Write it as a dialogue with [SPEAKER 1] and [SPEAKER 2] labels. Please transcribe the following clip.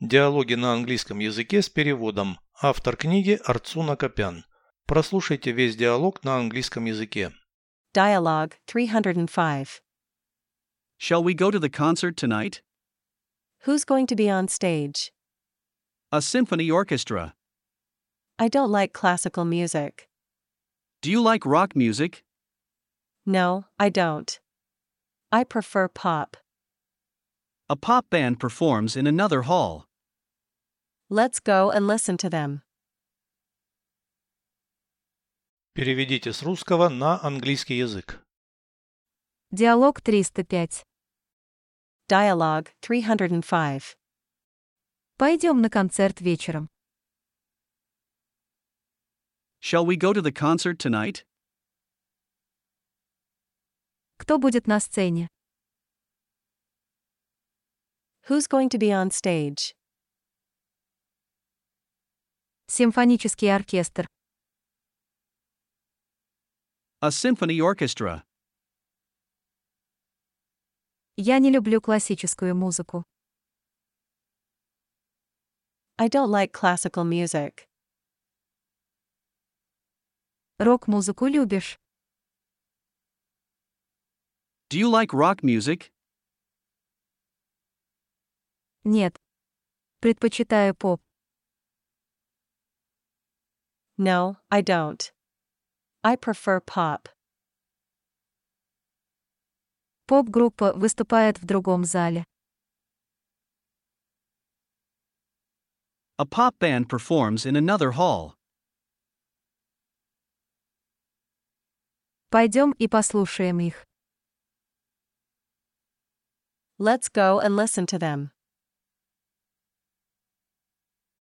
[SPEAKER 1] Диалоги на английском языке с переводом. Автор книги Арцуна Копян. Прослушайте весь диалог на английском языке.
[SPEAKER 2] Dialogue 305.
[SPEAKER 3] Shall we go to the concert tonight?
[SPEAKER 2] Who's going to be on stage?
[SPEAKER 3] A symphony orchestra.
[SPEAKER 2] I don't like classical music.
[SPEAKER 3] Do you like rock music?
[SPEAKER 2] No, I don't. I prefer pop.
[SPEAKER 3] A pop band performs in another hall.
[SPEAKER 2] Let's go and listen to them.
[SPEAKER 1] Переведите с русского на английский язык.
[SPEAKER 4] Диалог 305.
[SPEAKER 2] Dialogue 305.
[SPEAKER 4] Пойдем на концерт вечером.
[SPEAKER 3] Shall we go to the concert tonight?
[SPEAKER 4] Кто будет на сцене?
[SPEAKER 2] Who's going to be on stage?
[SPEAKER 4] Симфонический оркестр.
[SPEAKER 3] A symphony orchestra.
[SPEAKER 4] Я не люблю классическую музыку.
[SPEAKER 2] I don't like classical music.
[SPEAKER 4] Рок-музыку любишь?
[SPEAKER 3] Do you like rock music?
[SPEAKER 4] Нет. Предпочитаю поп.
[SPEAKER 2] No, I don't. I prefer pop.
[SPEAKER 4] Поп-группа выступает в другом зале.
[SPEAKER 3] A pop band performs in another hall.
[SPEAKER 4] Пойдем и послушаем их.
[SPEAKER 2] Let's go and listen to them.